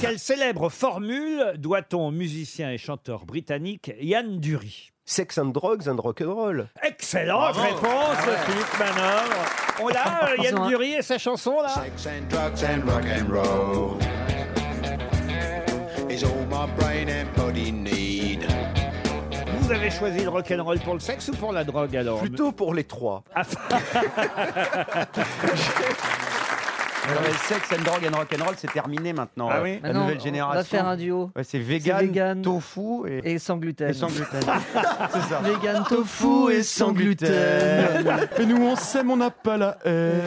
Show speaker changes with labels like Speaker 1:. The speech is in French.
Speaker 1: quelle célèbre formule doit-on au musicien et chanteur britannique Ian Dury
Speaker 2: Sex and drugs and rock'n'roll.
Speaker 1: Ah, Excellente
Speaker 2: Bravo.
Speaker 1: réponse,
Speaker 2: Ah ouais.
Speaker 1: Philippe Manœuvre. On l'a, euh, Yann Dury et sa chanson là
Speaker 3: Sex and drugs and rock and roll is all my brain and body need.
Speaker 1: Vous avez choisi le rock'n'roll pour le sexe ou pour la drogue alors
Speaker 2: Plutôt pour les trois.
Speaker 4: Alors, le sexe and drug and rock'n'roll, c'est terminé maintenant.
Speaker 1: Ah
Speaker 4: euh,
Speaker 1: oui
Speaker 4: La
Speaker 5: Ah non,
Speaker 4: nouvelle
Speaker 5: on-
Speaker 4: génération.
Speaker 5: On va faire un duo.
Speaker 4: Ouais, c'est
Speaker 5: C'est
Speaker 4: vegan,
Speaker 5: vegan
Speaker 4: tofu et,
Speaker 5: et sans gluten.
Speaker 4: et sans gluten. c'est ça.
Speaker 5: Vegan tofu et sans gluten.
Speaker 4: Et nous, on s'aime, on n'a pas la haine.